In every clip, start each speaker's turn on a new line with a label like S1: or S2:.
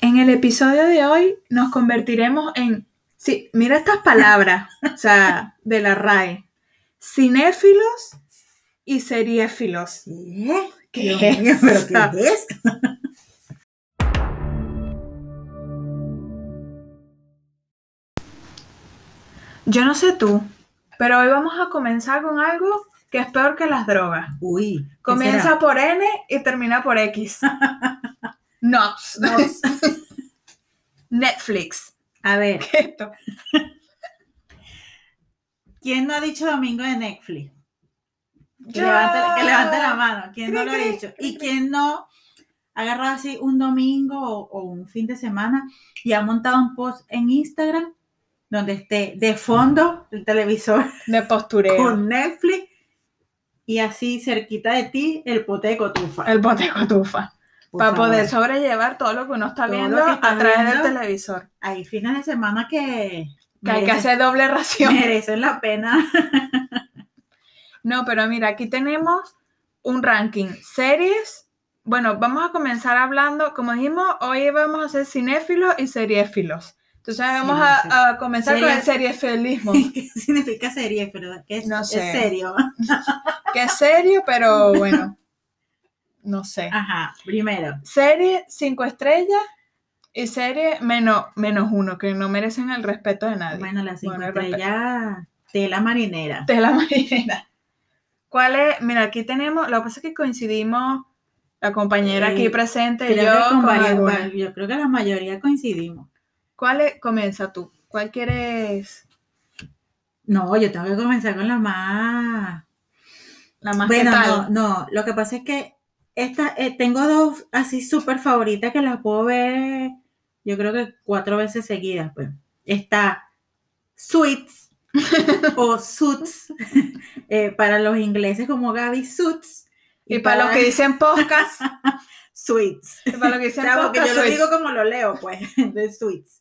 S1: el episodio de hoy nos convertiremos en. Sí, mira estas palabras, o sea, de la RAE: cinéfilos y seriéfilos.
S2: ¿Qué? ¿Qué
S1: Dios
S2: es?
S1: mío,
S2: ¿Pero
S1: está-
S2: qué es?
S1: Yo no sé tú, pero hoy vamos a comenzar con algo que es peor que las drogas.
S2: Uy. ¿qué
S1: Comienza
S2: será?
S1: por N y termina por X. Nox.
S2: Nos-
S1: Netflix.
S2: A ver,
S1: ¿Qué es esto?
S2: ¿quién no ha dicho domingo de Netflix? Que,
S1: Yo.
S2: levante, que levante la mano. ¿Quién no
S1: Cri,
S2: lo ha
S1: cri,
S2: dicho?
S1: cri,
S2: ¿Y quién no ha agarrado así un domingo o, o un fin de semana y ha montado un post en Instagram donde esté de fondo el televisor
S1: De postureo.
S2: con Netflix y así cerquita de ti el pote de cotufa?
S1: El bote cotufa.
S2: Por
S1: Para
S2: favor.
S1: poder sobrellevar todo lo que uno está
S2: Todo lo
S1: viendo
S2: que está
S1: a través del
S2: viendo.
S1: televisor.
S2: Hay fines de semana que,
S1: Que hay que
S2: merecen-
S1: hacer doble ración.
S2: merecen la pena.
S1: No, pero mira, aquí tenemos un ranking. Series. Bueno, vamos a comenzar hablando. Como dijimos, hoy vamos a ser cinéfilos y seriéfilos. Entonces vamos a, a comenzar con el seriefilismo.
S2: ¿Qué significa serie? Pero que es,
S1: No
S2: es
S1: sé.
S2: serio.
S1: que es serio, pero bueno. No sé.
S2: Ajá, primero.
S1: Serie cinco estrellas y serie menos, menos uno, que no merecen el respeto de nadie.
S2: Bueno, las cinco
S1: Bueno, al
S2: estrellas, tela marinera.
S1: de la marinera. ¿Cuál es? Mira, aquí tenemos, lo que pasa es que coincidimos, la compañera
S2: Eh,
S1: aquí presente, yo
S2: Creo que con
S1: con
S2: varias-
S1: alguna.
S2: va- yo creo que la mayoría coincidimos.
S1: ¿Cuál es? Comienza tú. ¿Cuál quieres?
S2: No, yo tengo que comenzar con la más.
S1: La más
S2: bueno,
S1: que tal.
S2: no, no, lo que pasa es que esta, eh, tengo dos así súper favoritas que las puedo ver, yo creo que cuatro veces seguidas. Pues. Está Suits o Suits, eh, para los ingleses como Gaby Suits.
S1: Y para los que dicen podcast,
S2: Suits.
S1: y para los que
S2: O
S1: dicen
S2: sea, porque
S1: podcast,
S2: yo lo
S1: soy-
S2: digo como lo leo, pues, de Suits.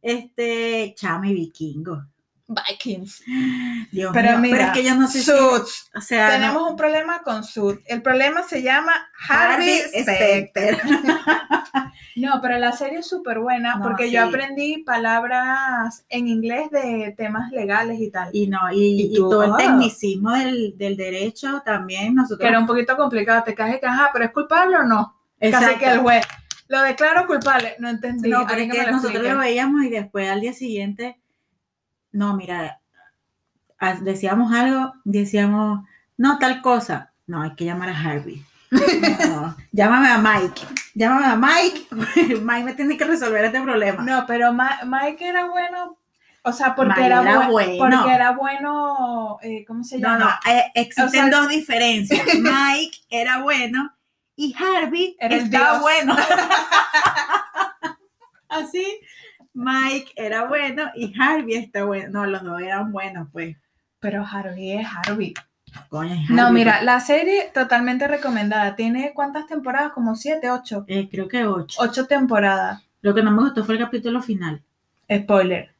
S2: Este, Chami Vikingo.
S1: Vikings.
S2: Dios
S1: Pero
S2: mío, pero
S1: mira,
S2: es que yo no sé si-
S1: Suits.
S2: o sea, no-
S1: Tenemos un problema con Sud. El problema se llama
S2: Harvey
S1: Harvey Specter.
S2: Specter.
S1: No, pero la serie es súper buena
S2: No,
S1: porque yo
S2: sí.
S1: aprendí palabras en inglés de temas legales y tal.
S2: Y no, y,
S1: Y
S2: y
S1: tú,
S2: todo el
S1: ah.
S2: tecnicismo del, del derecho también
S1: que
S2: nosotros.
S1: era un poquito complicado. Te caes y que, ajá, pero es culpable o no. Casi
S2: Exacto.
S1: que el juez lo declaro culpable. No entendí.
S2: no, pero
S1: alguien
S2: es
S1: me
S2: que
S1: lo
S2: nosotros
S1: explique.
S2: lo veíamos y después al día siguiente, no, mira, a- decíamos algo, decíamos, no, tal cosa. No, hay que llamar a Harvey. No, llámame a Mike. Llámame a Mike. Mike me tiene que resolver este problema.
S1: No, pero Ma- Mike era bueno. O sea, porque
S2: Mike
S1: era,
S2: era
S1: bu-
S2: bueno.
S1: Porque era bueno. eh, ¿Cómo se
S2: No,
S1: llama?
S2: no, eh, existen
S1: O sea-
S2: dos diferencias. Mike era bueno y Harvey
S1: Era el
S2: estaba
S1: dios.
S2: bueno. Así, Mike era bueno y Harvey está bueno. No, los dos eran buenos, pues.
S1: Pero Harvey es Harvey.
S2: Coño,
S1: No,
S2: Harvey,
S1: mira, la serie totalmente recomendada. Tiene cuántas temporadas? Como siete, ocho.
S2: eh, creo que ocho.
S1: Ocho temporadas.
S2: Lo que no me gustó fue el capítulo final.
S1: Spoiler.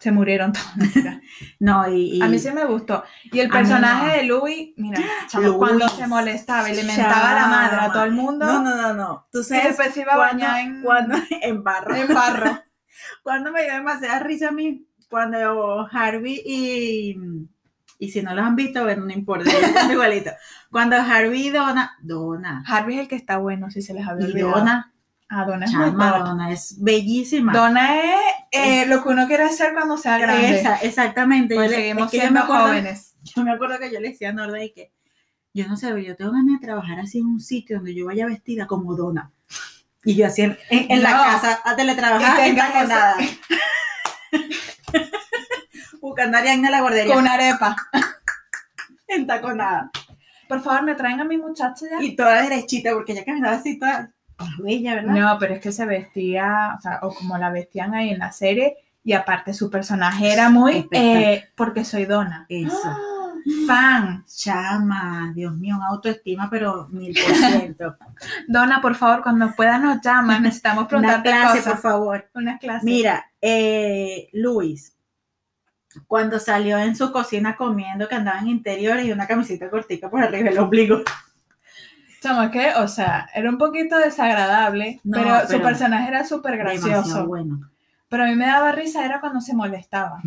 S1: Se murieron todos. Mentira.
S2: No, y. y-
S1: A mí sí me gustó. Y el
S2: A mí
S1: personaje
S2: no.
S1: de Louis, mira, chamo, cuando
S2: Louis.
S1: se molestaba y le mentaba a la madre a todo el mundo,
S2: No, no, no, no. Tú
S1: y
S2: sabes.
S1: después se iba a
S2: cuándo-
S1: bañar en,
S2: cuándo- en barro.
S1: en barro.
S2: cuando me dio demasiada risa a mí, cuando Harvey y, y si no los han visto, bueno, no importa, yo cuento igualito. Cuando Harvey y Donna, Dona,
S1: Harvey es el que está bueno, si se les había
S2: y
S1: olvidado.
S2: Donna,
S1: Ah, Donna es muy
S2: chama,
S1: top.
S2: Donna es bellísima.
S1: Donna es eh, lo que uno quiere hacer cuando sea grande.
S2: Esa, exactamente.
S1: Porque
S2: le-
S1: seguimos
S2: es que yo
S1: siendo
S2: me acuerdo-
S1: jóvenes.
S2: Yo me acuerdo que yo le decía a Norda y que yo no sé, pero yo tengo ganas de trabajar así en un sitio donde yo vaya vestida como Donna. Y yo así en, en- en la
S1: No.
S2: casa a teletrabajar
S1: Y
S2: en
S1: tengas eso.
S2: nada. Buscando a Ariadna en la guardería.
S1: Con una arepa.
S2: en taconada.
S1: Por favor, me traen a mi muchacha ya.
S2: Y toda derechita, porque ella caminaba así toda toda bella, ¿verdad?
S1: No, pero es que se vestía, o sea, o como la vestían ahí en la serie, y aparte su personaje era muy,
S2: Espectacular.
S1: eh, porque soy Donna.
S2: Eso.
S1: ¡Ah! Fan.
S2: Chama, Dios mío, una autoestima, pero mil por ciento.
S1: Donna, por favor, cuando pueda nos llama. Necesitamos
S2: Una
S1: preguntarte
S2: clase, por
S1: cosas.
S2: favor.
S1: Una clase.
S2: Mira, eh, Luis, cuando salió en su cocina comiendo, que andaba en interiores y una camiseta cortica por arriba del ombligo.
S1: Chama, que, o sea, era un poquito desagradable,
S2: No,
S1: pero, su
S2: pero-
S1: personaje era súper gracioso.
S2: Demasiado bueno.
S1: Pero a mí me daba risa, era cuando se molestaba.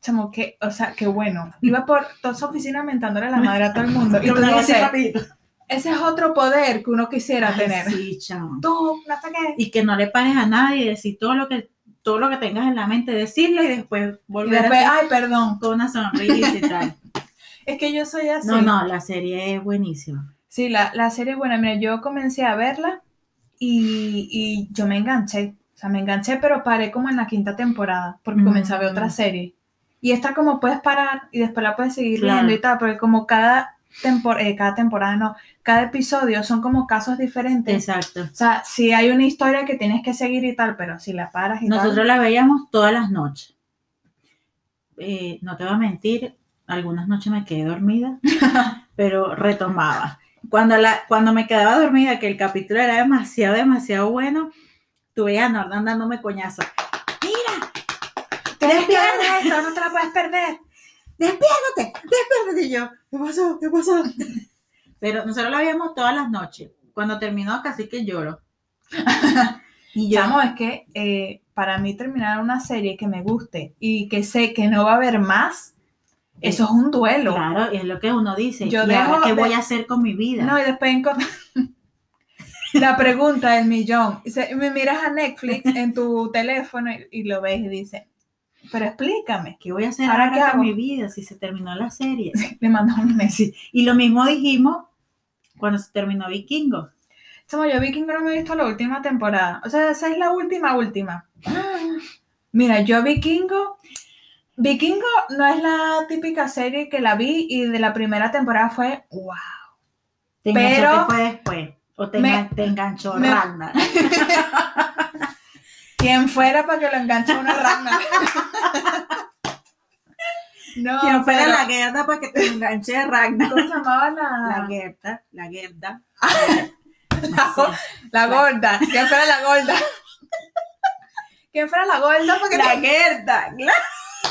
S1: Chamo, que, o sea, qué bueno. Iba por toda su oficina mentándole la madre a todo el mundo. Y tú
S2: Lo hago así
S1: dices,
S2: rapidito.
S1: ese es otro poder que uno quisiera
S2: Ay,
S1: tener.
S2: Sí, chamo.
S1: Tú, no sé qué.
S2: Y que no le pares a nadie, decir todo lo que todo lo que tengas en la mente, decirlo y después
S1: Y
S2: volver
S1: después,
S2: a hacer
S1: ay, perdón.
S2: con una sonrisa y tal.
S1: Es que yo soy así.
S2: No, no, la serie es buenísima.
S1: Sí, la, la serie es buena. Mira, yo comencé a verla y, y yo me enganché. O sea, me enganché, pero paré como en la quinta temporada porque
S2: Mm.
S1: comencé a ver otra serie. Y esta como puedes parar y después la puedes seguir
S2: Claro.
S1: viendo y tal, porque como cada, tempor- eh, cada temporada, no, cada episodio son como casos diferentes.
S2: Exacto.
S1: O sea, si hay una historia que tienes que seguir y tal, pero si la paras y
S2: Nosotros la veíamos todas las noches. Eh, no te voy a mentir, algunas noches me quedé dormida, pero retomaba. Cuando, la, cuando me quedaba dormida, que el capítulo era demasiado, demasiado bueno, tú veías a Nordan dándome coñazo.
S1: tal, tienes que ver esto, no te la puedes perder.
S2: despiértate, despiértate. Y yo, ¿qué pasó? ¿Qué pasó? Pero nosotros la veíamos todas las noches. Cuando terminó, casi que lloro. y yo,
S1: Chamo, es que eh, para mí terminar una serie que me guste y que sé que no va a haber más, eso es un duelo.
S2: claro, es lo que uno dice.
S1: Yo
S2: ¿Y ahora
S1: dejo
S2: qué
S1: de-
S2: voy a hacer con mi vida?
S1: No, y después enco- la pregunta del millón. Se- me miras a Netflix en tu teléfono y, y lo ves y dices, pero explícame.
S2: ¿Qué voy a hacer
S1: ¿Ahora
S2: ahora,
S1: qué
S2: con
S1: hago?
S2: mi vida si se terminó la serie?
S1: Le mandas un Messi.
S2: Y lo mismo dijimos cuando se terminó Vikingo.
S1: Chamo, yo Viking no me he visto la última temporada. O sea, esa es la última, última. Mira, yo Vikingo. Vikingo no es la típica serie que la vi y de la primera temporada fue wow.
S2: Te
S1: Pero-
S2: enganchó, te fue después. O te,
S1: Me-
S2: engan- te enganchó
S1: me-
S2: Ragnar.
S1: Quien fuera para que lo enganche una rana. no,
S2: Quien fuera
S1: pero-
S2: la Gerda para que te enganche Ragnar.
S1: ¿Cómo se llamaba
S2: La
S1: la,
S2: Gerda, la Gerda.
S1: go- la gorda? ¿Quién fuera la gorda? ¿Quién fuera la gorda? Porque
S2: La Gerda, la,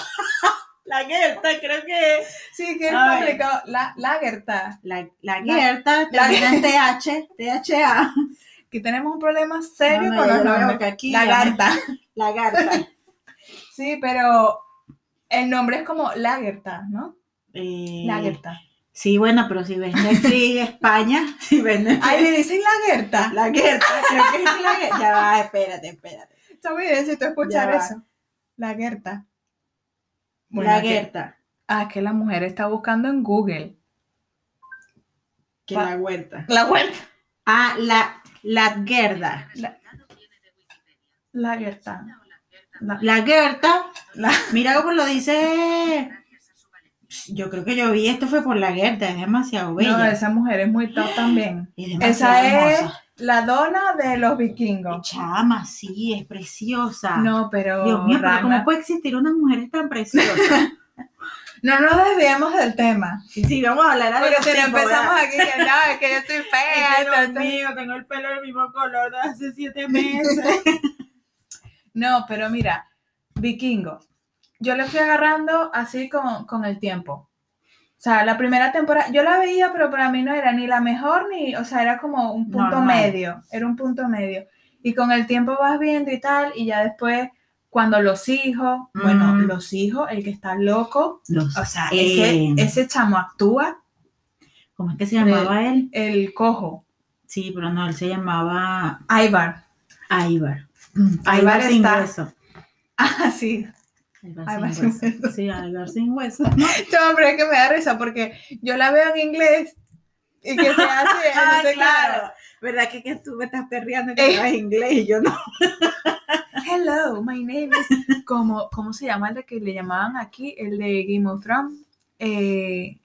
S2: la Gerda, creo que es.
S1: sí, que es
S2: Ay.
S1: complicado. La, la Gerta.
S2: La, la Gerda, termina en TH, THA.
S1: Aquí tenemos un problema serio
S2: No, no,
S1: con
S2: yo
S1: los
S2: lo veo
S1: nombres.
S2: que aquí
S1: la
S2: ya me-
S1: Garta.
S2: La Gerda.
S1: Sí, pero el nombre es como Lagerta, ¿no?
S2: Eh,
S1: Lagerta.
S2: sí, bueno, pero si ves Netflix España, si ves Netflix,
S1: Ay, le dicen Lagerta.
S2: la Gerda, creo que es la Gerda. Ya va, espérate, espérate.
S1: Está muy bien si tú escuchar
S2: Ya va.
S1: eso. Lagerta.
S2: la
S1: es que-
S2: Gerda,
S1: ah, es que la mujer está buscando en Google.
S2: que
S1: pa-
S2: la huerta.
S1: La vuelta.
S2: Ah, la, la Gerda.
S1: Lagerta. La-
S2: La Gerda,
S1: la-
S2: mira cómo lo dice. Yo creo que yo vi esto fue por la Gerda, es demasiado bella.
S1: no, esa mujer es muy top también.
S2: Es
S1: Esa
S2: demasiado
S1: es
S2: hermosa.
S1: la dona de los vikingos.
S2: Chama, sí, es preciosa.
S1: No, pero.
S2: Dios mío, pero
S1: Ragnar-
S2: ¿cómo puede existir unas mujeres tan preciosas?
S1: No nos desviemos del tema.
S2: Y si vamos a hablar
S1: Porque
S2: los
S1: si no
S2: tipos,
S1: empezamos
S2: ¿verdad?
S1: aquí, que no, es que yo estoy fea.
S2: Ay, Dios
S1: entonces-
S2: mío, tengo el pelo del mismo color de hace siete meses.
S1: No, pero mira, vikingos. Yo le fui agarrando así con, con el tiempo. O sea, la primera temporada, yo la veía, pero para mí no era ni la mejor ni, o sea, era como un punto
S2: Normal.
S1: medio, era un punto medio. Y con el tiempo vas viendo y tal, y ya después, cuando los hijos, bueno,
S2: Mm.
S1: los hijos, el que está loco,
S2: Los-
S1: o sea,
S2: Eh.
S1: ese, ese chamo actúa,
S2: ¿Cómo es que se llamaba él?
S1: el cojo,
S2: Sí, pero no, él se llamaba
S1: Ivar.
S2: Ivar.
S1: Ivar
S2: Mm, Ivar sin
S1: está-
S2: hueso.
S1: Ah, sí,
S2: Ivar sin hueso. Sí, Ivar sin hueso.
S1: No, pero es que me da risa porque yo la veo en inglés y que se hace,
S2: Ah,
S1: entonces, claro.
S2: ¿Verdad que, que tú me estás perreando
S1: Eh.
S2: que hablas inglés y yo no?
S1: Hello, my name is. ¿Cómo, ¿Cómo se llama el de que le llamaban aquí? El de Game of Thrones. Eh,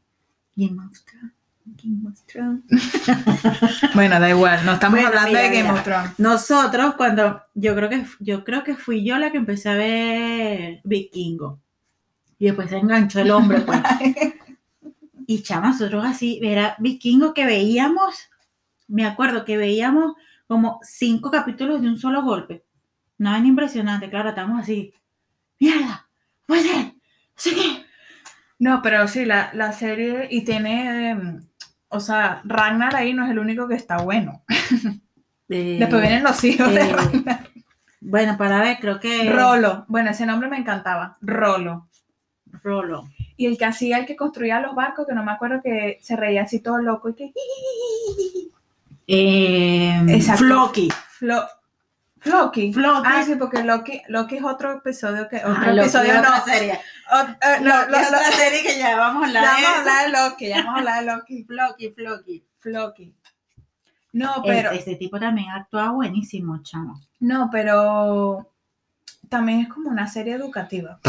S2: Game of Thrones, Game of Thrones.
S1: bueno, da igual, no estamos
S2: Bueno,
S1: hablando
S2: mira,
S1: de Game
S2: mira.
S1: of Thrones.
S2: Nosotros cuando yo creo que yo creo que fui yo la que empecé a ver Vikingo. Y después se enganchó el hombre, pues. Y chama, nosotros así, era Vikingo que veíamos, me acuerdo que veíamos como cinco capítulos de un solo golpe. Una vaina impresionante, claro, estamos así. Mierda, puede ser, no sé qué.
S1: No, pero sí, la, la serie y tiene. em, o sea, Ragnar ahí no es el único que está bueno.
S2: Eh,
S1: Después vienen los hijos de
S2: eh,
S1: Ragnar.
S2: Bueno, para ver, creo que.
S1: Rolo. Bueno, ese nombre me encantaba. Rolo.
S2: Rolo.
S1: Y el que hacía, el que construía los barcos, que no me acuerdo que se reía así todo loco y que.
S2: Eh,
S1: Exacto.
S2: Floki.
S1: Flo- Floki.
S2: Floki.
S1: Ah, sí, porque Loki, Loki es otro episodio que. Otro
S2: Ah, Loki,
S1: episodio
S2: otra
S1: no.
S2: serie.
S1: Ot- eh, no,
S2: Floki
S1: lo-
S2: es
S1: lo-
S2: otra serie que ya vamos a
S1: ya
S2: hablar de
S1: vamos a
S2: eso.
S1: hablar de Loki, ya vamos a hablar de Loki.
S2: Floki, Floki.
S1: Floki. No, pero.
S2: Ese, ese tipo también actúa buenísimo, chamo.
S1: No, pero. También es como una serie educativa.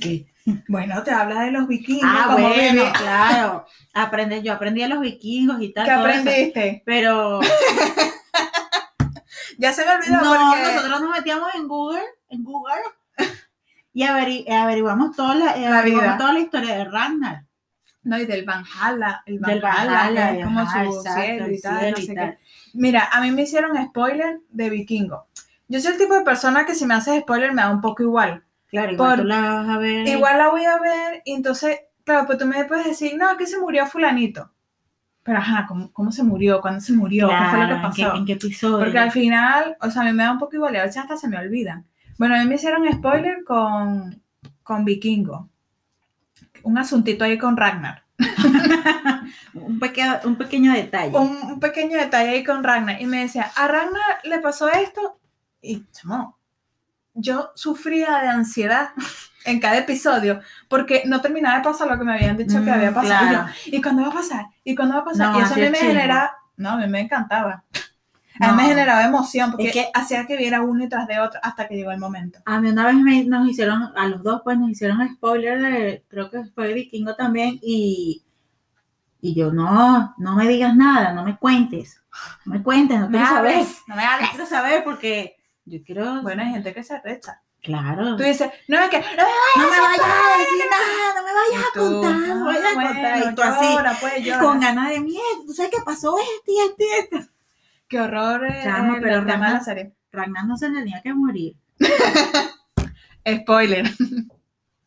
S2: ¿Qué?
S1: Bueno, te habla de los vikingos.
S2: Ah,
S1: cómo
S2: bueno,
S1: vivían.
S2: claro. Aprendes, yo aprendí a los vikingos y tal.
S1: ¿Qué
S2: todo eso.
S1: aprendiste?
S2: Pero
S1: Ya se me olvidó
S2: no,
S1: porque
S2: nosotros nos metíamos en Google, en Google, y averi- averiguamos toda la, eh,
S1: La
S2: averiguamos
S1: vida.
S2: toda la historia de Ragnar.
S1: No, y del Valhalla, el
S2: Del
S1: Valhalla,
S2: Valhalla,
S1: que es como
S2: ajá,
S1: su
S2: exacto,
S1: cielo
S2: el
S1: y tal,
S2: cielo
S1: no
S2: y
S1: sé qué.
S2: tal.
S1: Mira, a mí me hicieron spoiler de Vikingo. Yo soy el tipo de persona que si me haces spoiler me da un poco igual.
S2: Claro, igual
S1: Por-
S2: tú la vas a ver.
S1: Igual la voy a ver y entonces, claro, pues tú me puedes decir, no, que se murió fulanito. Pero ajá, ¿cómo, cómo se murió? ¿Cuándo se murió? ¿Qué fue lo que
S2: Claro, ¿en qué-
S1: pasó?
S2: ¿En qué episodio?
S1: Porque al final, o sea, a mí me da un poco igual y a veces hasta se me olvidan. Bueno, a mí me hicieron spoiler con, con Vikingo. Un asuntito ahí con Ragnar.
S2: un, pequeño, un pequeño detalle.
S1: Un, un pequeño detalle ahí con Ragnar. Y me decía, a Ragnar le pasó esto. Y, chamo, yo sufría de ansiedad en cada episodio porque no terminaba de pasar lo que me habían dicho que
S2: Mm,
S1: había pasado. Y yo,
S2: claro.
S1: ¿y cuándo va a pasar? ¿Y cuándo va a pasar?
S2: No,
S1: y eso a
S2: así
S1: mí
S2: es
S1: me
S2: chimbo.
S1: generaba, no, a mí me encantaba. A mí me
S2: No.
S1: generaba emoción porque
S2: Es que-
S1: hacía que viera uno y tras de otro hasta que llegó el momento.
S2: A mí una vez me- nos hicieron, a los dos, pues nos hicieron spoiler de, creo que fue Vikingo también, y, y yo, no, no me digas nada, no me cuentes, no me cuentes, no quiero saber,
S1: no me
S2: no quiero saber porque yo quiero,
S1: Bueno, hay gente que se recha.
S2: claro,
S1: Tú dices, no es que, no
S2: no me vayas a decir nada, no me vayas a contar, no me vayas a contar, y tú así,
S1: Ahora, pues, llora.
S2: con ganas de miedo, tú sabes qué pasó este y este y este.
S1: Qué horror eh,
S2: Chamo,
S1: el
S2: pero
S1: tema de la
S2: Ragnar-
S1: serie.
S2: Ragnar no se tenía que morir.
S1: Spoiler.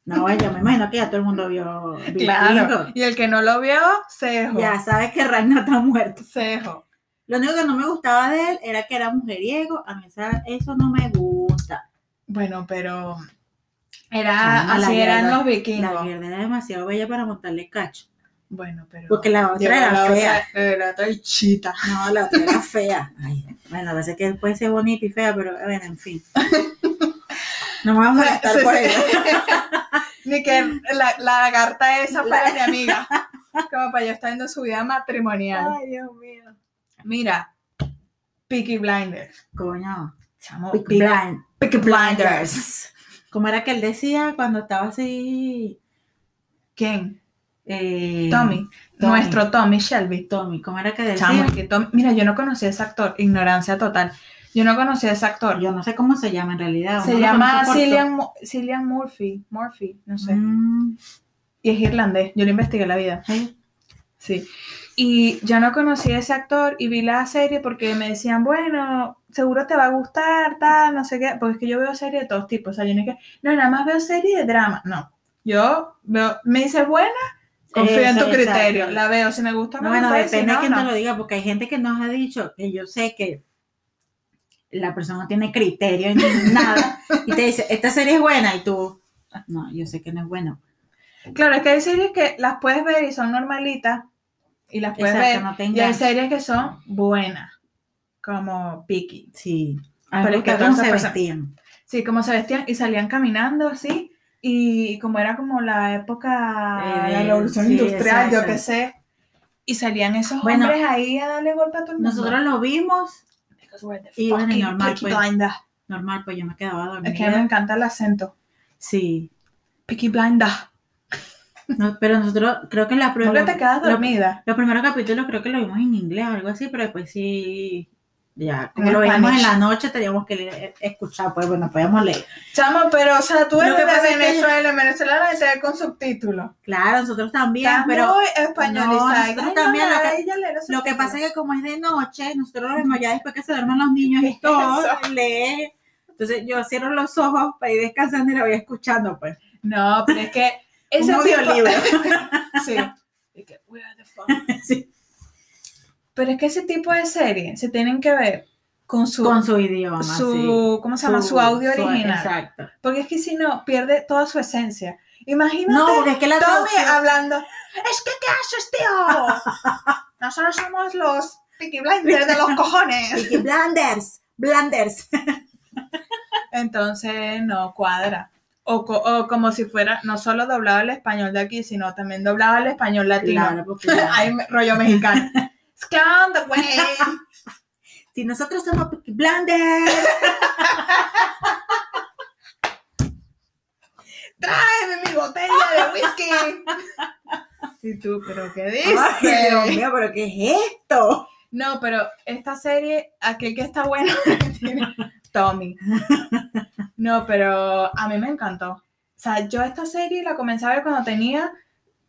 S2: No, yo me imagino que ya todo el mundo vio Vikingo.
S1: Claro. Y el que no lo vio, cejo.
S2: Ya sabes que Ragnar está muerto.
S1: Cejo.
S2: Lo único que no me gustaba de él era que era mujeriego. A mí esa- eso no me gusta.
S1: Bueno, pero
S2: Chama,
S1: era
S2: la
S1: así eran
S2: mierda-
S1: los
S2: La
S1: vikingos.
S2: mierda era demasiado bella para montarle cacho.
S1: Bueno, pero.
S2: Porque la otra
S1: Llegó
S2: era
S1: la
S2: fea.
S1: otra, era otra chita.
S2: No, la otra era fea. Ay, bueno, parece que puede ser bonita y fea, pero bueno, en fin. No me vamos a molestar
S1: Sí,
S2: por
S1: sí.
S2: eso.
S1: Ni que la, la lagarta esa fuera mi amiga. Como para yo estar en su vida matrimonial.
S2: Ay, Dios mío.
S1: Mira, Peaky Blinders.
S2: Coño.
S1: Chamo,
S2: Peaky
S1: Peaky-
S2: Blind-
S1: Peaky
S2: Blinders. ¿Cómo era que él decía cuando estaba así?
S1: ¿Quién?
S2: eh,
S1: Tommy.
S2: Tommy.
S1: Nuestro Tommy Shelby.
S2: Tommy. ¿Cómo era que
S1: Chamo,
S2: decía?
S1: es que Tom- mira, yo no conocía a ese actor, ignorancia total. Yo no conocía a ese actor.
S2: Yo no sé cómo se llama en realidad.
S1: se
S2: uno lo
S1: llama
S2: conoce por
S1: Cillian, Mu- Cillian Murphy, Murphy, no sé.
S2: Mm,
S1: Y es irlandés, yo le investigué la vida.
S2: sí.
S1: Sí. Y yo no conocí a ese actor y vi la serie porque me decían, bueno, seguro te va a gustar, tal, no sé qué, porque es que yo veo series de todos tipos. O sea, yo no es que, no, nada más veo series de drama. No. Yo veo, me dice buena, confío en tu
S2: Eso, exacto.
S1: criterio. La veo, si me gusta, me
S2: No, bueno,
S1: gusta, y si
S2: depende
S1: no,
S2: de quién
S1: no.
S2: te lo diga, porque hay gente que nos ha dicho que yo sé que la persona no tiene criterio ni nada, y te dice, esta serie es buena, y tú, no, yo sé que no es buena.
S1: Claro, es que hay series que las puedes ver y son normalitas y las puedes
S2: Exacto,
S1: ver.
S2: no te
S1: y hay
S2: enganches.
S1: series que son buenas, como Picky.
S2: Sí. A
S1: Pero
S2: ver,
S1: es que
S2: que
S1: todas
S2: se
S1: esas personas-
S2: vestían.
S1: Sí, como se vestían y salían caminando así. Y como era como la época de la
S2: Eh,
S1: revolución
S2: sí,
S1: industrial, yo
S2: exacto.
S1: qué sé. Y salían esos
S2: Bueno,
S1: hombres ahí a darle golpe a todo el mundo.
S2: Nosotros lo vimos,
S1: Because we're the
S2: y bueno,
S1: fucking
S2: normal,
S1: Peaky
S2: pues.
S1: Blinders.
S2: normal, pues yo me quedaba dormida.
S1: Es que me encanta el acento.
S2: Sí.
S1: Peaky Blinders.
S2: No, pero nosotros, creo que la
S1: ¿Por
S2: primera...
S1: qué te quedas dormida?
S2: Los primeros capítulos creo que lo vimos en inglés o algo así, pero después sí, ya, como
S1: En
S2: lo veíamos en
S1: Spanish.
S2: la noche, teníamos que leer- escuchar, pues bueno, podíamos leer.
S1: Chamo, pero o sea, tú
S2: Lo
S1: eres
S2: que
S1: de
S2: pasa es que-
S1: Venezuela, en Venezuela se ve con subtítulos.
S2: Claro, nosotros también,
S1: Está
S2: pero
S1: muy
S2: No,
S1: españolizada.
S2: nosotros
S1: Ay,
S2: también
S1: no,
S2: lo que-
S1: a ella le-
S2: lo que pasa es que como es de noche, nosotros lo vemos ya después que se duerman los niños y todo, leer. Entonces yo cierro los ojos para ir descansando y lo voy escuchando, pues.
S1: No, pero es que ese
S2: Un
S1: tipo...
S2: audiolibro.
S1: Sí. Y que, we are the family. Pero es que ese tipo de series se tienen que ver con su,
S2: Con su idioma, sí.
S1: su ¿cómo se llama? Su, audio
S2: su-
S1: original.
S2: Exacto.
S1: Porque es que si no, pierde toda su esencia.
S2: No,
S1: Imagínate
S2: porque es que la
S1: Tommy
S2: traducción-
S1: hablando. Es que, ¿qué haces, tío? Nosotros somos los Peaky Blinders de los cojones.
S2: Peaky Blinders, Blinders.
S1: Entonces, no cuadra. O, co- o como si fuera no solo doblado al español de aquí, sino también doblado al español latino.
S2: Claro, porque ya-
S1: Hay rollo mexicano. It's on the way.
S2: si nosotros somos Peaky Blinders,
S1: Tráeme mi botella de whisky. Y tú, ¿pero qué Este.
S2: Ay, Dios
S1: dices?
S2: mío, pero ¿qué es esto?
S1: No, pero esta serie, aquel que está bueno, tiene Tommy. No, pero a mí me encantó. O sea, yo esta serie la comencé a ver cuando tenía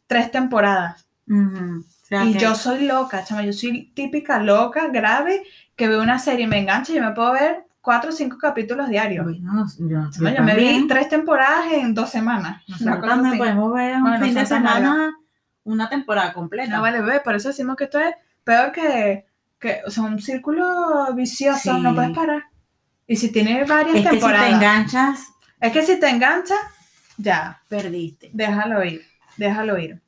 S1: tres temporadas.
S2: Ujú, o sea
S1: Y
S2: que-
S1: yo soy loca, chama. Yo soy típica loca, grave, que veo una serie y me engancha y yo me puedo ver cuatro o cinco capítulos diarios.
S2: Bueno, yo, yo
S1: Chama, yo me vi
S2: también.
S1: tres temporadas en dos semanas. Una
S2: Nosotros
S1: cosa
S2: también
S1: así.
S2: podemos ver un
S1: Bueno,
S2: fin de
S1: nosotras
S2: semana una temporada completa.
S1: No vale, bebé, por eso decimos que esto es peor que, que o sea, un círculo vicioso, no
S2: Sí.
S1: puedes parar. Y si tiene varias
S2: es que si
S1: temporadas.
S2: te enganchas,
S1: es que si te engancha, ya,
S2: perdiste.
S1: déjalo ir, déjalo ir.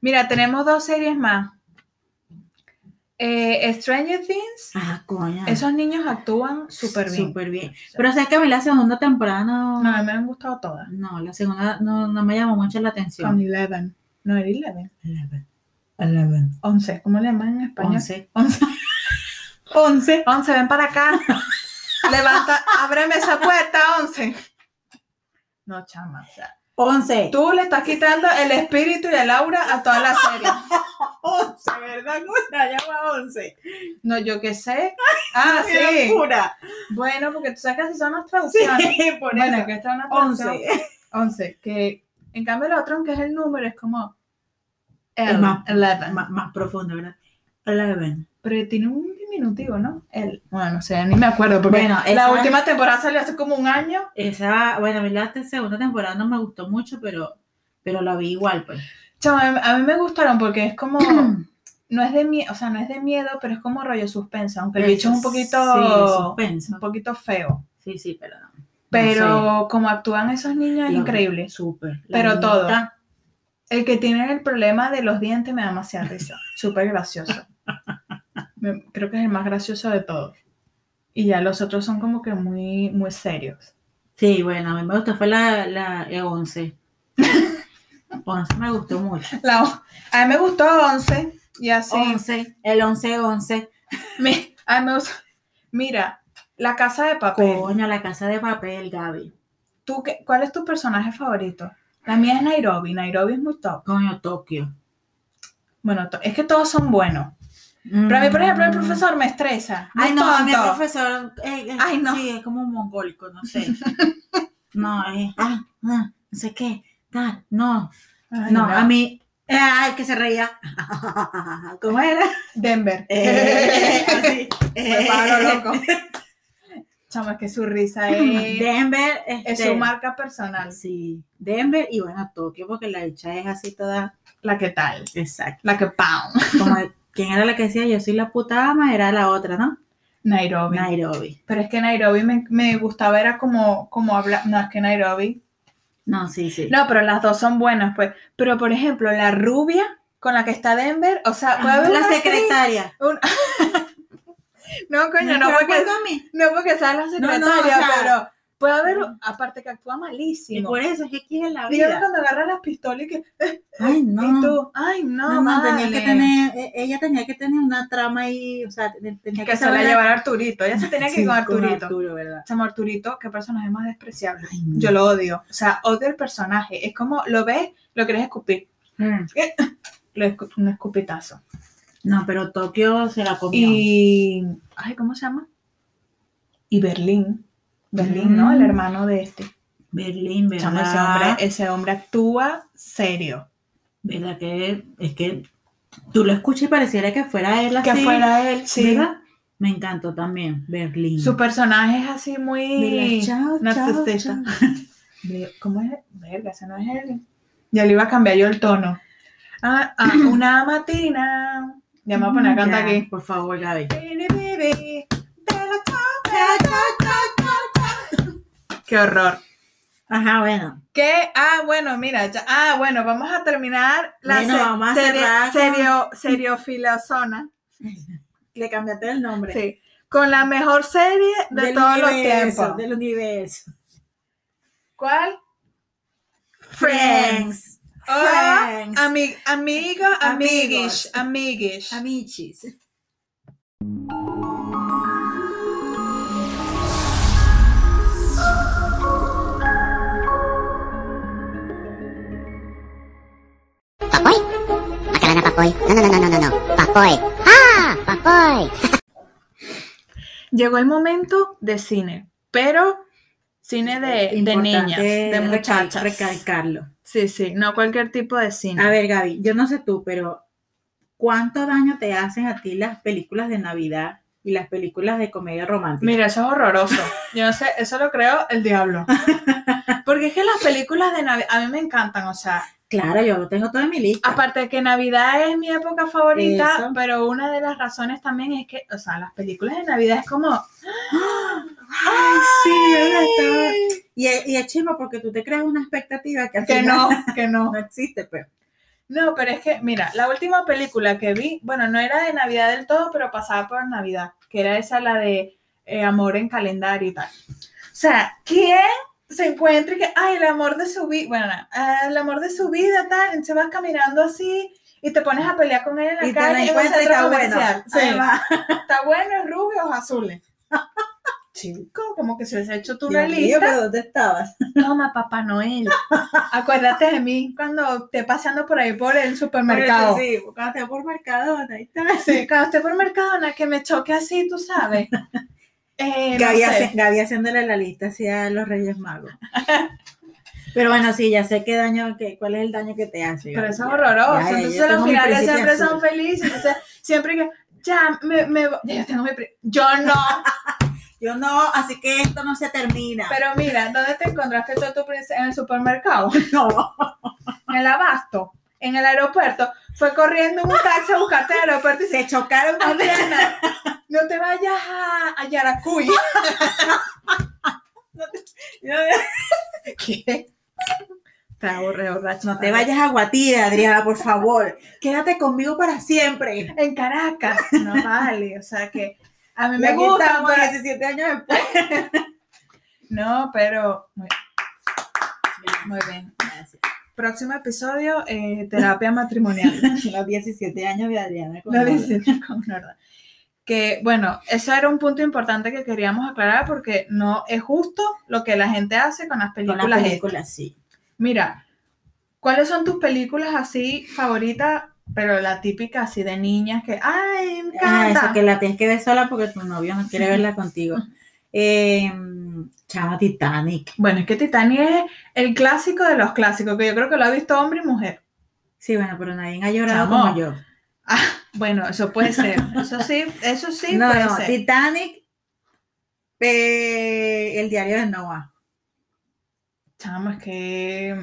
S1: Mira, tenemos dos series más. Eh, Stranger Things,
S2: Ah, coño.
S1: esos niños actúan súper bien.
S2: Súper bien. Pero sé que a mí la segunda temporada no.
S1: No, a mí me han gustado todas.
S2: no, la segunda no, no me llamó mucho la atención.
S1: Con Eleven. No era Eleven.
S2: Eleven. Eleven.
S1: 11. ¿Cómo le llaman en español?
S2: Once.
S1: 11.
S2: Once.
S1: 11, ven para acá. Levanta, ábreme esa puerta, 11. No, chama. o sea,
S2: Once.
S1: tú le estás quitando el espíritu y el aura a toda la serie.
S2: Once, ¿verdad? ¿Cómo se llama once?
S1: No, yo qué sé. Ah,
S2: ¡Qué
S1: sí.
S2: locura!
S1: Bueno, porque tú sabes que así son las
S2: Sí,
S1: traducciones.
S2: por
S1: Bueno,
S2: eso.
S1: que esta es una traducción.
S2: Once.
S1: 11. Que en cambio el otro, aunque es el número, es como.
S2: Es
S1: El,
S2: más-
S1: 11.
S2: Má- más profundo, ¿verdad? Eleven.
S1: Pero tiene un diminutivo, ¿no? El, bueno, no sé, ni me acuerdo. Porque
S2: Bueno,
S1: la
S2: esa-
S1: última temporada salió hace como un año.
S2: Esa, bueno, a mí la te- segunda temporada no me gustó mucho, pero, pero la vi igual, pues.
S1: Chama, a mí me gustaron porque es como. no es de miedo, o sea, no es de miedo, pero es como rollo suspenso, aunque el bicho es un
S2: Sí,
S1: poquito,
S2: suspenso.
S1: un poquito feo.
S2: Sí, sí, pero no. No sé.
S1: Pero como actúan esos niños es
S2: Lo-
S1: increíble.
S2: Súper. La
S1: Pero
S2: niñita-
S1: todo. El que tiene el problema de los dientes me da demasiada risa. Súper gracioso. Me- creo que es el más gracioso de todos. Y ya los otros son como que muy, muy serios.
S2: Sí, bueno, a mí me gustó fue la, la 11. 11 me gustó mucho.
S1: La o- a mí me gustó 11 y así.
S2: 11, el 11, 11.
S1: Mi- a mí me gustó- Mira, la casa de papel.
S2: Coño, la casa de papel, Gaby.
S1: ¿Tú qué- ¿Cuál es tu personaje favorito? La mía es Nairobi. Nairobi es muy top.
S2: Coño, Tokio.
S1: Bueno, to- es que todos son buenos. Pero a mí,
S2: Mm.
S1: por ejemplo, el profesor me estresa.
S2: Ay, no, a mí el
S1: tonto.
S2: profesor. eh, eh,
S1: Ay, no.
S2: Sí, es como un mongólico, no sé. no, es. ah, ah, no sé qué. tal, no,
S1: Ay,
S2: no, a mí. eh, Ay, que se reía. ¿Cómo era?
S1: Denver.
S2: Eh, así. eh,
S1: Me paro loco. Chama, es que su risa es,
S2: eh, Denver.
S1: es
S2: este,
S1: su marca personal.
S2: Sí, Denver y bueno, Tokio, porque la hecha es así toda.
S1: La que tal.
S2: Exacto.
S1: La que pound.
S2: Como quién era la que decía yo soy la puta ama, era la otra, ¿no?
S1: Nairobi.
S2: Nairobi.
S1: Pero es que Nairobi me, me gustaba, era como, como habla. No, es que Nairobi.
S2: No, sí, sí.
S1: No, pero las dos son buenas, pues. Pero, por ejemplo, la rubia con la que está Denver, o sea, puede haber
S2: Ah, la
S1: una actriz-
S2: secretaria.
S1: No, coño, no,
S2: Pero
S1: porque,
S2: pues, mami,
S1: no porque sea la
S2: no,
S1: secretaria,
S2: o sea,
S1: pero puede haber,
S2: no.
S1: aparte que actúa
S2: Y
S1: malísimo.
S2: por eso es que quiere la
S1: Dígame
S2: vida.
S1: cuando agarra las pistolas y que,
S2: Ay, no.
S1: y tú, ay, no,
S2: No, no, tenía
S1: vale.
S2: que tener, eh, ella tenía que tener una trama ahí, o sea, ten- tenía que,
S1: Que se la
S2: saber-
S1: llevara Arturito, ella se tenía que
S2: Sí,
S1: ir con Arturito.
S2: Arturo, ¿verdad?
S1: Chamo, Arturito, qué personaje más despreciable.
S2: Ay, no.
S1: Yo lo odio, o sea, odio el personaje, es como, lo ves, lo quieres escupir,
S2: Mm.
S1: lo escu- un escupitazo.
S2: No, pero Tokio se la comió.
S1: Y, ay, ¿cómo se llama? Y Berlín, Berlín, ¿no? El
S2: Mm.
S1: hermano de este.
S2: Berlín, ¿verdad?
S1: Chamo, ese hombre, eh. ese hombre actúa serio.
S2: ¿Verdad que es que tú lo escuchas y pareciera que fuera él así?
S1: Que fuera él, sí.
S2: ¿verdad? Me encantó también Berlín.
S1: Su personaje es así muy.
S2: Mira, chao,
S1: narcisista.
S2: chao, chao.
S1: De- ¿Cómo es? Verga, ese no es él. Ya le iba a cambiar yo el tono. Ah, ah, una matina. Ya me voy a poner a cantar
S2: Ya,
S1: aquí.
S2: Por favor, Gaby.
S1: Qué horror.
S2: Ajá, bueno.
S1: ¿Qué? Ah, bueno, mira, ya- ah, bueno, vamos a terminar la
S2: Bueno, vamos a
S1: serie-
S2: cerrar con-
S1: serio, seriofilosona.
S2: Le cambiaste el nombre.
S1: Sí. Con la mejor serie de
S2: Del
S1: todos
S2: universo,
S1: los tiempos.
S2: Del universo.
S1: ¿Cuál?
S2: Friends.
S1: O
S2: Friends.
S1: ami- amigo, amiguish, amiguish.
S2: Amigos. Amichis.
S3: Papoy? Akala na papoy? No, no, no, no, no, no. Papoy. Ah! Papoy!
S1: Llegó el momento de cine, pero cine de, de niñas,
S2: Importante
S1: de
S2: recal-
S1: muchachas.
S2: Recalcarlo.
S1: Sí, sí, no cualquier tipo de cine.
S2: A ver, Gaby, yo no sé tú, pero ¿cuánto daño te hacen a ti las películas de Navidad y las películas de comedia romántica?
S1: Mira, eso es horroroso. Yo no sé, eso lo creo el diablo. Porque es que las películas de Navidad, a mí me encantan, o sea,
S2: Claro, yo lo tengo todo en mi lista.
S1: aparte de que Navidad es mi época favorita,
S2: Eso.
S1: pero una de las razones también es que, o sea, las películas de Navidad es como...
S2: Ay, sí, ¿verdad? Estaba- Y, es- y es chimo porque tú te creas una expectativa que al
S1: Que
S2: final
S1: no, que no.
S2: no existe, pero
S1: No, pero es que, mira, la última película que vi, bueno, no era de Navidad del todo, pero pasaba por Navidad, que era esa, la de eh, Amor en Calendario y tal. O sea, ¿quién se encuentra y que, ay, el amor de su vida, bueno, nada, ah, el amor de su vida, tal, se vas caminando así y te pones a pelear con él en la
S2: y te
S1: calle
S2: la
S1: en un
S2: encuentras y
S1: centro
S2: está bueno.
S1: comercial. Sí.
S2: Ahí va.
S1: ¿Está bueno, es rubio o azules? Chico, como que se les ha hecho tú una
S2: Dios mío,
S1: lista.
S2: pero ¿dónde estabas?
S1: Toma, Papá Noel. Acuérdate de mí cuando esté paseando por ahí por el supermercado.
S2: Sí, cuando te vas por Mercadona, ahí está.
S1: Sí, cuando esté por Mercadona, que me choque así, tú sabes. Eh, no
S2: Gaby,
S1: sé.
S2: hace- Gaby haciéndole la lista hacia los Reyes Magos. Pero bueno, sí, ya sé qué daño, que, cuál es el daño que te hace.
S1: Pero
S2: Gaby,
S1: eso es
S2: ya.
S1: horroroso.
S2: Ya, ya, yo
S1: Entonces los
S2: tengo mi
S1: finales
S2: príncipe
S1: siempre
S2: azul.
S1: son felices. Entonces, siempre que, ya, me, me voy- ya yo tengo mi... pri- Yo no.
S2: Yo no, así que esto no se termina.
S1: Pero mira, ¿dónde te encontraste tú a tu princesa? En el supermercado.
S2: no,
S1: en el abasto, en el aeropuerto, fue corriendo en un taxi a buscarte al aeropuerto y dice,
S2: se chocaron.
S1: Adriana, no te vayas a, a Yaracuy. ¿Qué? Te aburre, borracho.
S2: No te vayas a Guatira, Adriana, por favor. Quédate conmigo para siempre.
S1: En Caracas. No vale, o sea que a mí
S2: Y
S1: me
S2: aquí
S1: gusta. pues.
S2: estamos 17 años después.
S1: No, pero muy, muy bien. Próximo episodio, eh, terapia matrimonial.
S2: Los 17 años de Adriana. con
S1: Lo
S2: Gaby.
S1: dice con Norda. Que bueno, eso era un punto importante que queríamos aclarar porque no es justo lo que la gente hace con las
S2: Con
S1: películas.
S2: las
S1: estas.
S2: películas, sí.
S1: Mira, ¿cuáles son tus películas así favoritas? Pero la típica así de niñas que, ay, me
S2: Ah,
S1: encanta.
S2: eso que la tienes que ver sola porque tu novio no quiere verla contigo. Eh, Chama Titanic.
S1: Bueno, es que Titanic es el clásico de los clásicos, que yo creo que lo ha visto hombre y mujer.
S2: Sí, bueno, pero nadie ha llorado
S1: Chamo.
S2: como yo.
S1: Bueno, eso puede ser. Eso sí, eso sí
S2: no,
S1: puede
S2: no,
S1: ser.
S2: Titanic, eh, el diario de Noah.
S1: Chamo, es que.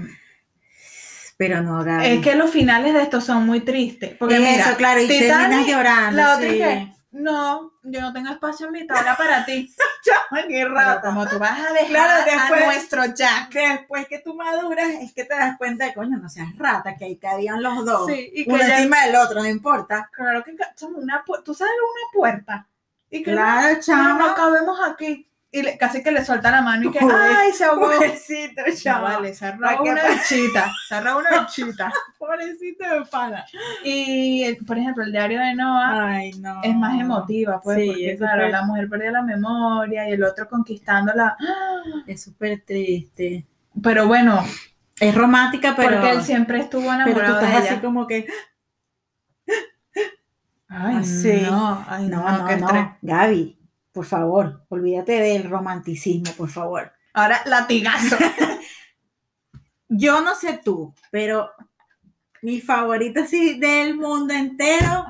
S2: Pero no, Gaby.
S1: Es que los finales de estos son muy tristes. Porque
S2: Eso,
S1: mira,
S2: claro, y
S1: Titanic,
S2: terminas llorando.
S1: La otra es
S2: sí.
S1: que, no, yo no tengo espacio en mi tabla para ti.
S2: Chama, qué
S1: Pero
S2: rata.
S1: como tú vas a dejar
S2: Claro,
S1: a
S2: después-
S1: nuestro Jack.
S2: Después que tú maduras, es que te das cuenta de, coño, no seas rata, que ahí cabían los dos.
S1: Sí, y que
S2: Uno
S1: ya,
S2: encima del otro, no importa.
S1: claro que ca- chamo, una pu- tú sabes una puerta. Y que no,
S2: Claro,
S1: pero
S2: chama.
S1: no cabemos aquí. Y le- casi que le suelta la mano y que,
S2: Pobre-
S1: ay, se ahogó.
S2: Pobrecito,
S1: No,
S2: chama.
S1: vale, se arroba
S2: ¿Para qué
S1: una
S2: pa-
S1: bichita. Se arroba una bichita.
S2: Pobrecito de pana.
S1: Y, eh, por ejemplo, el diario de Noah.
S2: Ay, no.
S1: es más emotiva, pues,
S2: Sí,
S1: porque
S2: es
S1: claro,
S2: súper-
S1: la mujer perdió la memoria y el otro conquistándola. ¡Ah!
S2: Es súper triste.
S1: Pero bueno,
S2: Es romántica, pero,
S1: porque él siempre estuvo enamorado
S2: pero tú estás
S1: de
S2: así
S1: ella.
S2: como que.
S1: Ay,
S2: así.
S1: no, ay,
S2: No,
S1: no,
S2: no,
S1: qué
S2: no.
S1: estrés.
S2: Gaby, por favor, olvídate del romanticismo, por favor.
S1: Ahora, latigazo.
S2: Yo no sé tú, pero mi favorita sí del mundo entero,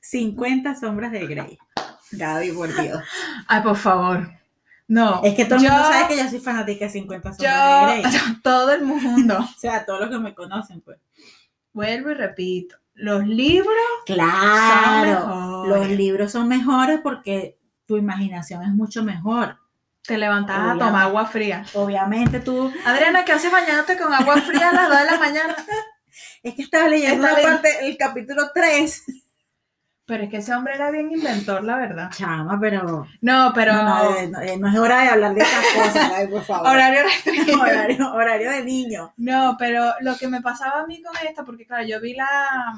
S2: 50 sombras de Grey. Gaby, por Dios.
S1: Ay, por favor. No.
S2: Es que todo el
S1: yo-
S2: mundo sabe que yo soy fanática de 50 sombras de
S1: yo,
S2: Grey.
S1: todo el mundo.
S2: O sea, todos los que me conocen, pues.
S1: vuelvo y repito, los libros
S2: Claro,
S1: son
S2: los
S1: mejores.
S2: libros son mejores porque tu imaginación es mucho mejor.
S1: Te levantabas a
S2: Obviamente.
S1: tomar agua fría.
S2: Obviamente tú,
S1: Adriana, ¿qué haces bañándote con agua fría a las 2 de la mañana?
S2: es que estaba leyendo
S1: Está
S2: la
S1: leyendo.
S2: parte, el capítulo 3.
S1: Pero es que ese hombre era bien inventor, la verdad.
S2: Chama, pero,
S1: No, pero
S2: no, no, eh, no, eh, no es hora de hablar de esas cosas, ay, por favor.
S1: horario restringido.
S2: horario, horario de niño.
S1: No, pero lo que me pasaba a mí con esta, porque claro, yo vi la,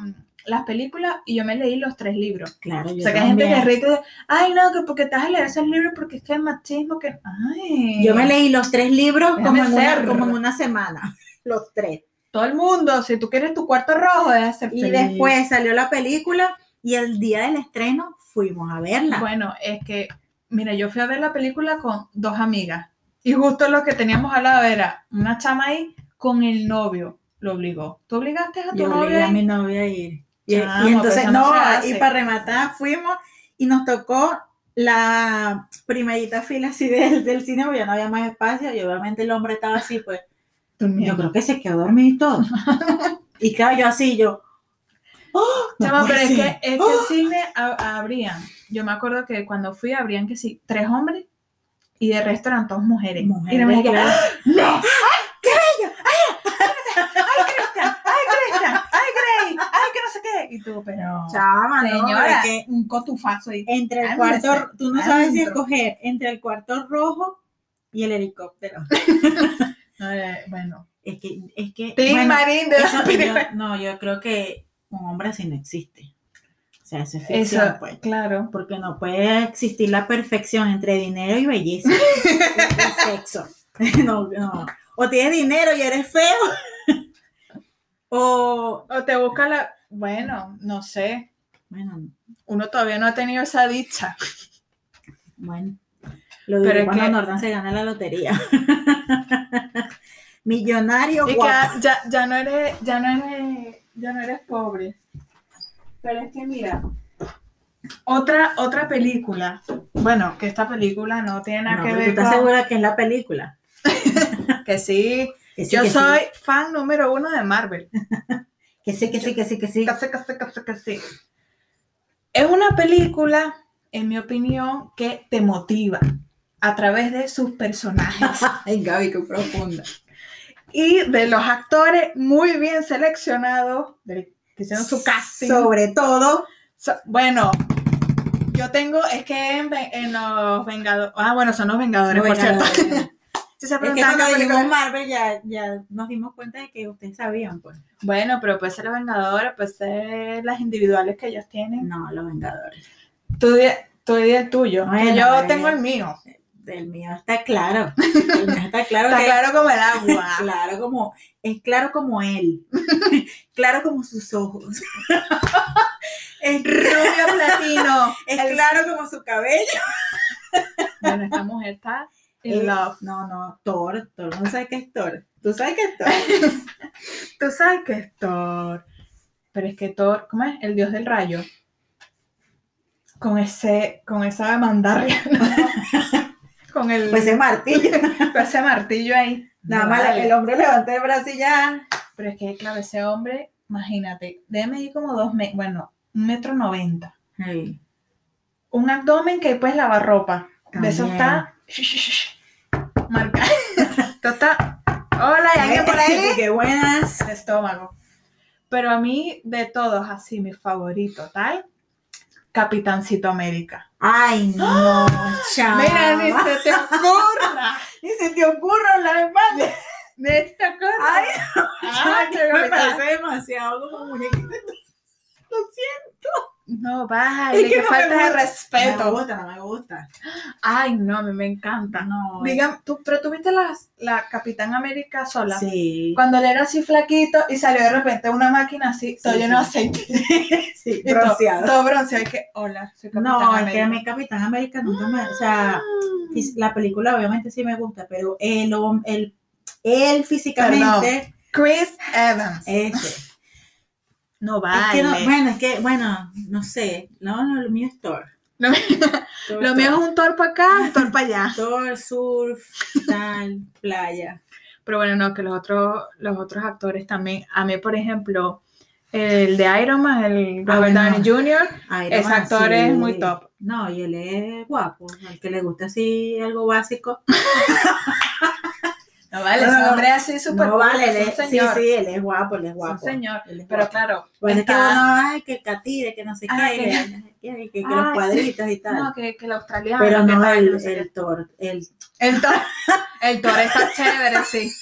S1: mm, las películas y yo me leí los tres libros.
S2: Claro, yo
S1: o sea, que hay gente que
S2: también.
S1: ríe y dice, ay, no, que porque te vas a leer esos libros porque es que es machismo, que... Ay,
S2: Yo me leí los tres libros como
S1: Déjame
S2: en, una,
S1: ser.
S2: como en una semana, los tres.
S1: Todo el mundo, si tú quieres tu cuarto rojo, debes ser
S2: Y
S1: feliz.
S2: después salió la película y el día del estreno fuimos a verla.
S1: Bueno, es que, mira, yo fui a ver la película con dos amigas y justo lo que teníamos al lado era una chama ahí con el novio, lo obligó. ¿Tú obligaste a tu
S2: Yo
S1: novio?
S2: obligué a
S1: ahí?
S2: mi novia a ir. Y, y
S1: Chamo,
S2: entonces,
S1: pero eso no
S2: no,
S1: se hace.
S2: y para rematar, fuimos y nos tocó la primerita fila así del, del cine, porque ya no había más espacio, y obviamente el hombre estaba así, pues, yo
S1: Durmiendo.
S2: creo que se quedó dormido y todo. y claro, yo así, yo, ¡oh! no
S1: Chama,
S2: puede
S1: pero es
S2: ser.
S1: que, es que el
S2: ¡Oh!
S1: cine a- abrían. Yo me acuerdo que cuando fui abrían que sí, tres hombres y de resto eran todos mujeres. y
S2: Mujeres,
S1: me dije,
S2: claro.
S1: ¡Ah! ¡No! ¡Ay, qué bello! ¡Ay, ay, Cristian! ¡Ay, Cristian! ¡Ay, Grey! ¡Ay, que no sé qué! Y tú, pero...
S2: Chama, no,
S1: Señora,
S2: pero es que
S1: un cotufazo ahí.
S2: entre el
S1: Ándese,
S2: cuarto, tú no sabes si
S1: adentro.
S2: escoger entre el cuarto rojo y el helicóptero.
S1: Eh, bueno.
S2: Es que, es que,
S1: Tim
S2: bueno,
S1: Marín de
S2: Eso, yo-
S1: Pirime-
S2: no, yo creo que un hombre así no existe. O sea, eso es
S1: Eso,
S2: ficción, pues.
S1: claro.
S2: Porque no puede existir la perfección entre dinero y belleza. y, y sexo. No, no. O tienes dinero y eres feo. O.
S1: O te busca la... Bueno, no sé.
S2: Bueno,
S1: Uno todavía no ha tenido esa dicha.
S2: bueno. Lo
S1: Pero
S2: diré
S1: es
S2: cuando
S1: que-
S2: Norton se gana la lotería. Millonario
S1: Y que
S2: guapo.
S1: ya, ya no eres, ya no eres, ya no eres pobre. Pero es que mira, otra, otra película. Bueno, que esta película no tiene nada
S2: No,
S1: que
S2: pero ¿Tú
S1: ver
S2: estás
S1: con...
S2: segura que es la película?
S1: Que sí.
S2: Que sí,
S1: Yo
S2: que sí.
S1: soy fan número uno de Marvel.
S2: Que sí, que sí, que sí, que sí.
S1: Casi, casi, casi, casi. Es una película, en mi opinión, que te motiva a través de sus personajes
S2: Ay, Gaby, qué profunda.
S1: y de los actores muy bien seleccionados de- que hicieron su casting.
S2: Sobre todo
S1: So- bueno, yo tengo, es que en, Ve- en los Vengadores, ah, bueno, son los Vengadores, por
S2: Bueno,
S1: cierto. Si se
S2: Es que
S1: preguntan
S2: cuando
S1: qué película-
S2: dijimos Marvel ya, ya nos dimos cuenta de que ustedes sabían, pues.
S1: Bueno, pero puede ser los Vengadores, puede ser las individuales que ellos tienen.
S2: No, los Vengadores.
S1: Tú di, tú di el tuyo, que
S2: Bueno,
S1: yo
S2: bueno.
S1: tengo el mío.
S2: El mío está claro. El mío está claro.
S1: Está
S2: que-
S1: claro como el agua.
S2: claro como, es claro como él. claro como sus ojos. es,
S1: Rubio platino.
S2: es
S1: El-
S2: claro como su cabello. Eh,
S1: Bueno, esta mujer está in love.
S2: No, no, Thor. Thor no sabe qué es Thor. Tú sabes qué es Thor.
S1: Tú sabes que es Thor. Pero es que Thor, ¿cómo es? El dios del rayo. Con ese, con esa mandarria. ¿no? con el
S2: Pues es martillo.
S1: con ese martillo ahí.
S2: Nada
S1: No
S2: más
S1: vale.
S2: el hombre levanta el brazo y ya.
S1: Pero es que, claro, ese hombre, imagínate, debe medir como dos metros, bueno, un metro noventa. Un abdomen que puedes lavar ropa. De eso está. Marca. Esto está. Hola, ¿hay alguien por ahí?
S2: Qué buenas.
S1: de estómago. Pero a mí, de todos, así mi favorito, tal, Capitancito América.
S2: Ay, no, chama.
S1: Mira, ni se te ocurra.
S2: Ah. Ni se te ocurra hablar en balde.
S1: Ni se te ocurra. Ah,
S2: Ay,
S1: Ay,
S2: que
S1: qué
S2: me
S1: capitán.
S2: parece demasiado como muñequito. Lo siento.
S1: No, vale,
S2: Es que
S1: que,
S2: no me
S1: falta de
S2: gusta. No me
S1: respeto.
S2: gusta, no me gusta.
S1: Ay, no, a mí me encanta.
S2: No. eh.
S1: Digan, tú, pero tú viste las, la Capitán América sola.
S2: Sí.
S1: Cuando él era así flaquito y salió de repente una máquina así, todo
S2: Sí,
S1: lleno de
S2: sí.
S1: aceite.
S2: Sí,
S1: Y todo,
S2: bronceado.
S1: todo bronceado. Y que, hola, soy Capitán
S2: No, es que a
S1: América. Ah.
S2: mí Capitán América nunca me. O sea, fis- la película obviamente sí me gusta, pero el hom- el- él físicamente.
S1: Chris Evans.
S2: ese.
S1: No
S2: Eh, Es
S1: vale.
S2: que no- bueno, es que, bueno, no sé. No, no, lo mío es Thor.
S1: Lo mío-
S2: Thor,
S1: Lo
S2: Thor.
S1: mío es un torpo acá, un torpo allá.
S2: Actor, surf, tal, playa.
S1: Pero bueno, no, que los otros, los otros actores también. A mí, por ejemplo, el de Iron Man, el
S2: Ah,
S1: Robert
S2: bueno.
S1: Downey Jr.
S2: Iron
S1: Ese
S2: Man,
S1: actor
S2: sí.
S1: es muy top.
S2: No, y él es guapo, al que le gusta así algo básico.
S1: No vale,
S2: No,
S1: ese
S2: no,
S1: hombre así súper
S2: no
S1: cool,
S2: vale,
S1: es
S2: él
S1: un
S2: es- sí,
S1: señor.
S2: sí, él es guapo, él es
S1: es
S2: guapo.
S1: un señor.
S2: Él es
S1: Pero
S2: guapo.
S1: claro,
S2: Pues es que
S1: está-
S2: uno, ay, que el catire, que no sé
S1: Ah,
S2: qué,
S1: que-
S2: que- que, que- que
S1: Ah,
S2: los cuadritos y tal.
S1: no, que, que el australiano.
S2: Pero
S1: que
S2: no,
S1: tal,
S2: el,
S1: no sé
S2: el tor- el-
S1: qué. el Thor. El Thor está chévere, sí.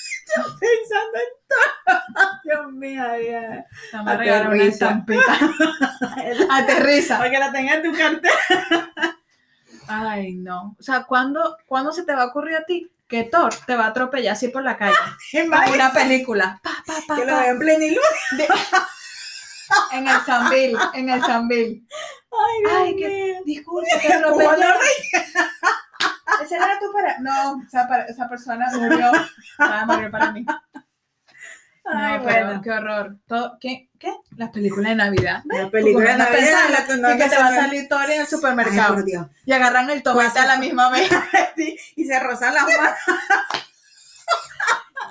S2: Pensando en todo. Dios mío, ya.
S1: No me regalaron una
S2: Aterriza.
S1: estampita. Aterriza.
S2: Para que la tenga en tu cartera.
S1: Ay, no. O sea, ¿cuándo, ¿cuándo se te va a ocurrir a ti que Thor te va a atropellar así por la calle? Como
S2: Imagínate
S1: una película. Pa, pa, pa,
S2: que lo
S1: pa.
S2: veo en plena luz.
S1: En el Sambil, en el Sambil. Ay,
S2: Ay,
S1: que-
S2: Dios mío.
S1: Disculpe,
S2: Qué
S1: pero
S2: bueno,
S1: Ese era tu para. No, o sea, para- esa persona murió. Ah, murió para mí.
S2: Ay,
S1: No, pero
S2: bueno.
S1: Qué horror. Todo, ¿qué, ¿Qué? Las películas de Navidad.
S2: La película
S1: Poniendo
S2: de
S1: a
S2: Navidad,
S1: pensar
S2: la tu- no,
S1: y que
S2: no
S1: te
S2: se
S1: va a
S2: me-
S1: salir Thor en el
S2: Ay,
S1: supermercado.
S2: por Dios.
S1: y agarran el tomate a la misma vez.
S2: Sí, y se rozan las manos.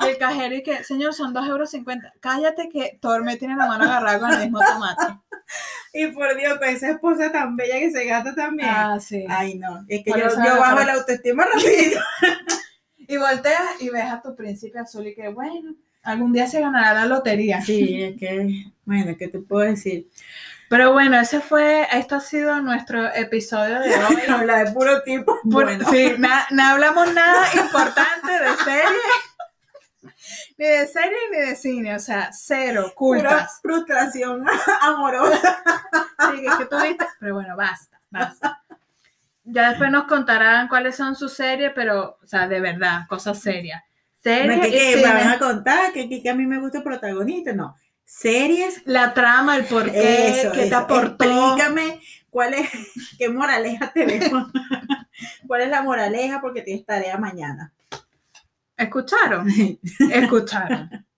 S1: Y el cajero y que, señor, son 2,50 euros. Cállate que Thor me tiene la mano agarrada con el mismo tomate.
S2: Y por Dios, con esa esposa tan bella que se gasta también.
S1: Ah, sí.
S2: Ay, no. Es que yo,
S1: Por eso no
S2: yo
S1: lo
S2: bajo
S1: conozco.
S2: la autoestima rapidito.
S1: Y volteas y ves a tu príncipe azul y que, bueno, algún día se ganará la lotería.
S2: Sí, es que, bueno, ¿qué te puedo decir?
S1: Pero bueno, ese fue, esto ha sido nuestro episodio de hoy.
S2: Habla de puro tipo.
S1: Por-
S2: bueno,
S1: Sí, na- no hablamos nada importante de serie. Ni de serie ni de cine, o sea, cero,
S2: pura
S1: cultas.
S2: frustración amorosa.
S1: Sí, que- que tú viste- Pero bueno, basta, basta. Ya después nos contarán cuáles son sus series, pero, o sea, de verdad, cosas serias. Series
S2: que,
S1: y
S2: que me
S1: cine.
S2: van a contar que, que, que a mí me gusta protagonista, no. Series,
S1: La trama, el porqué,
S2: eso,
S1: qué te
S2: eso.
S1: aportó.
S2: Explícame cuál es, qué moraleja tenemos. ¿Cuál es la moraleja? Porque tienes tarea mañana.
S1: ¿Escucharon? Escucharon.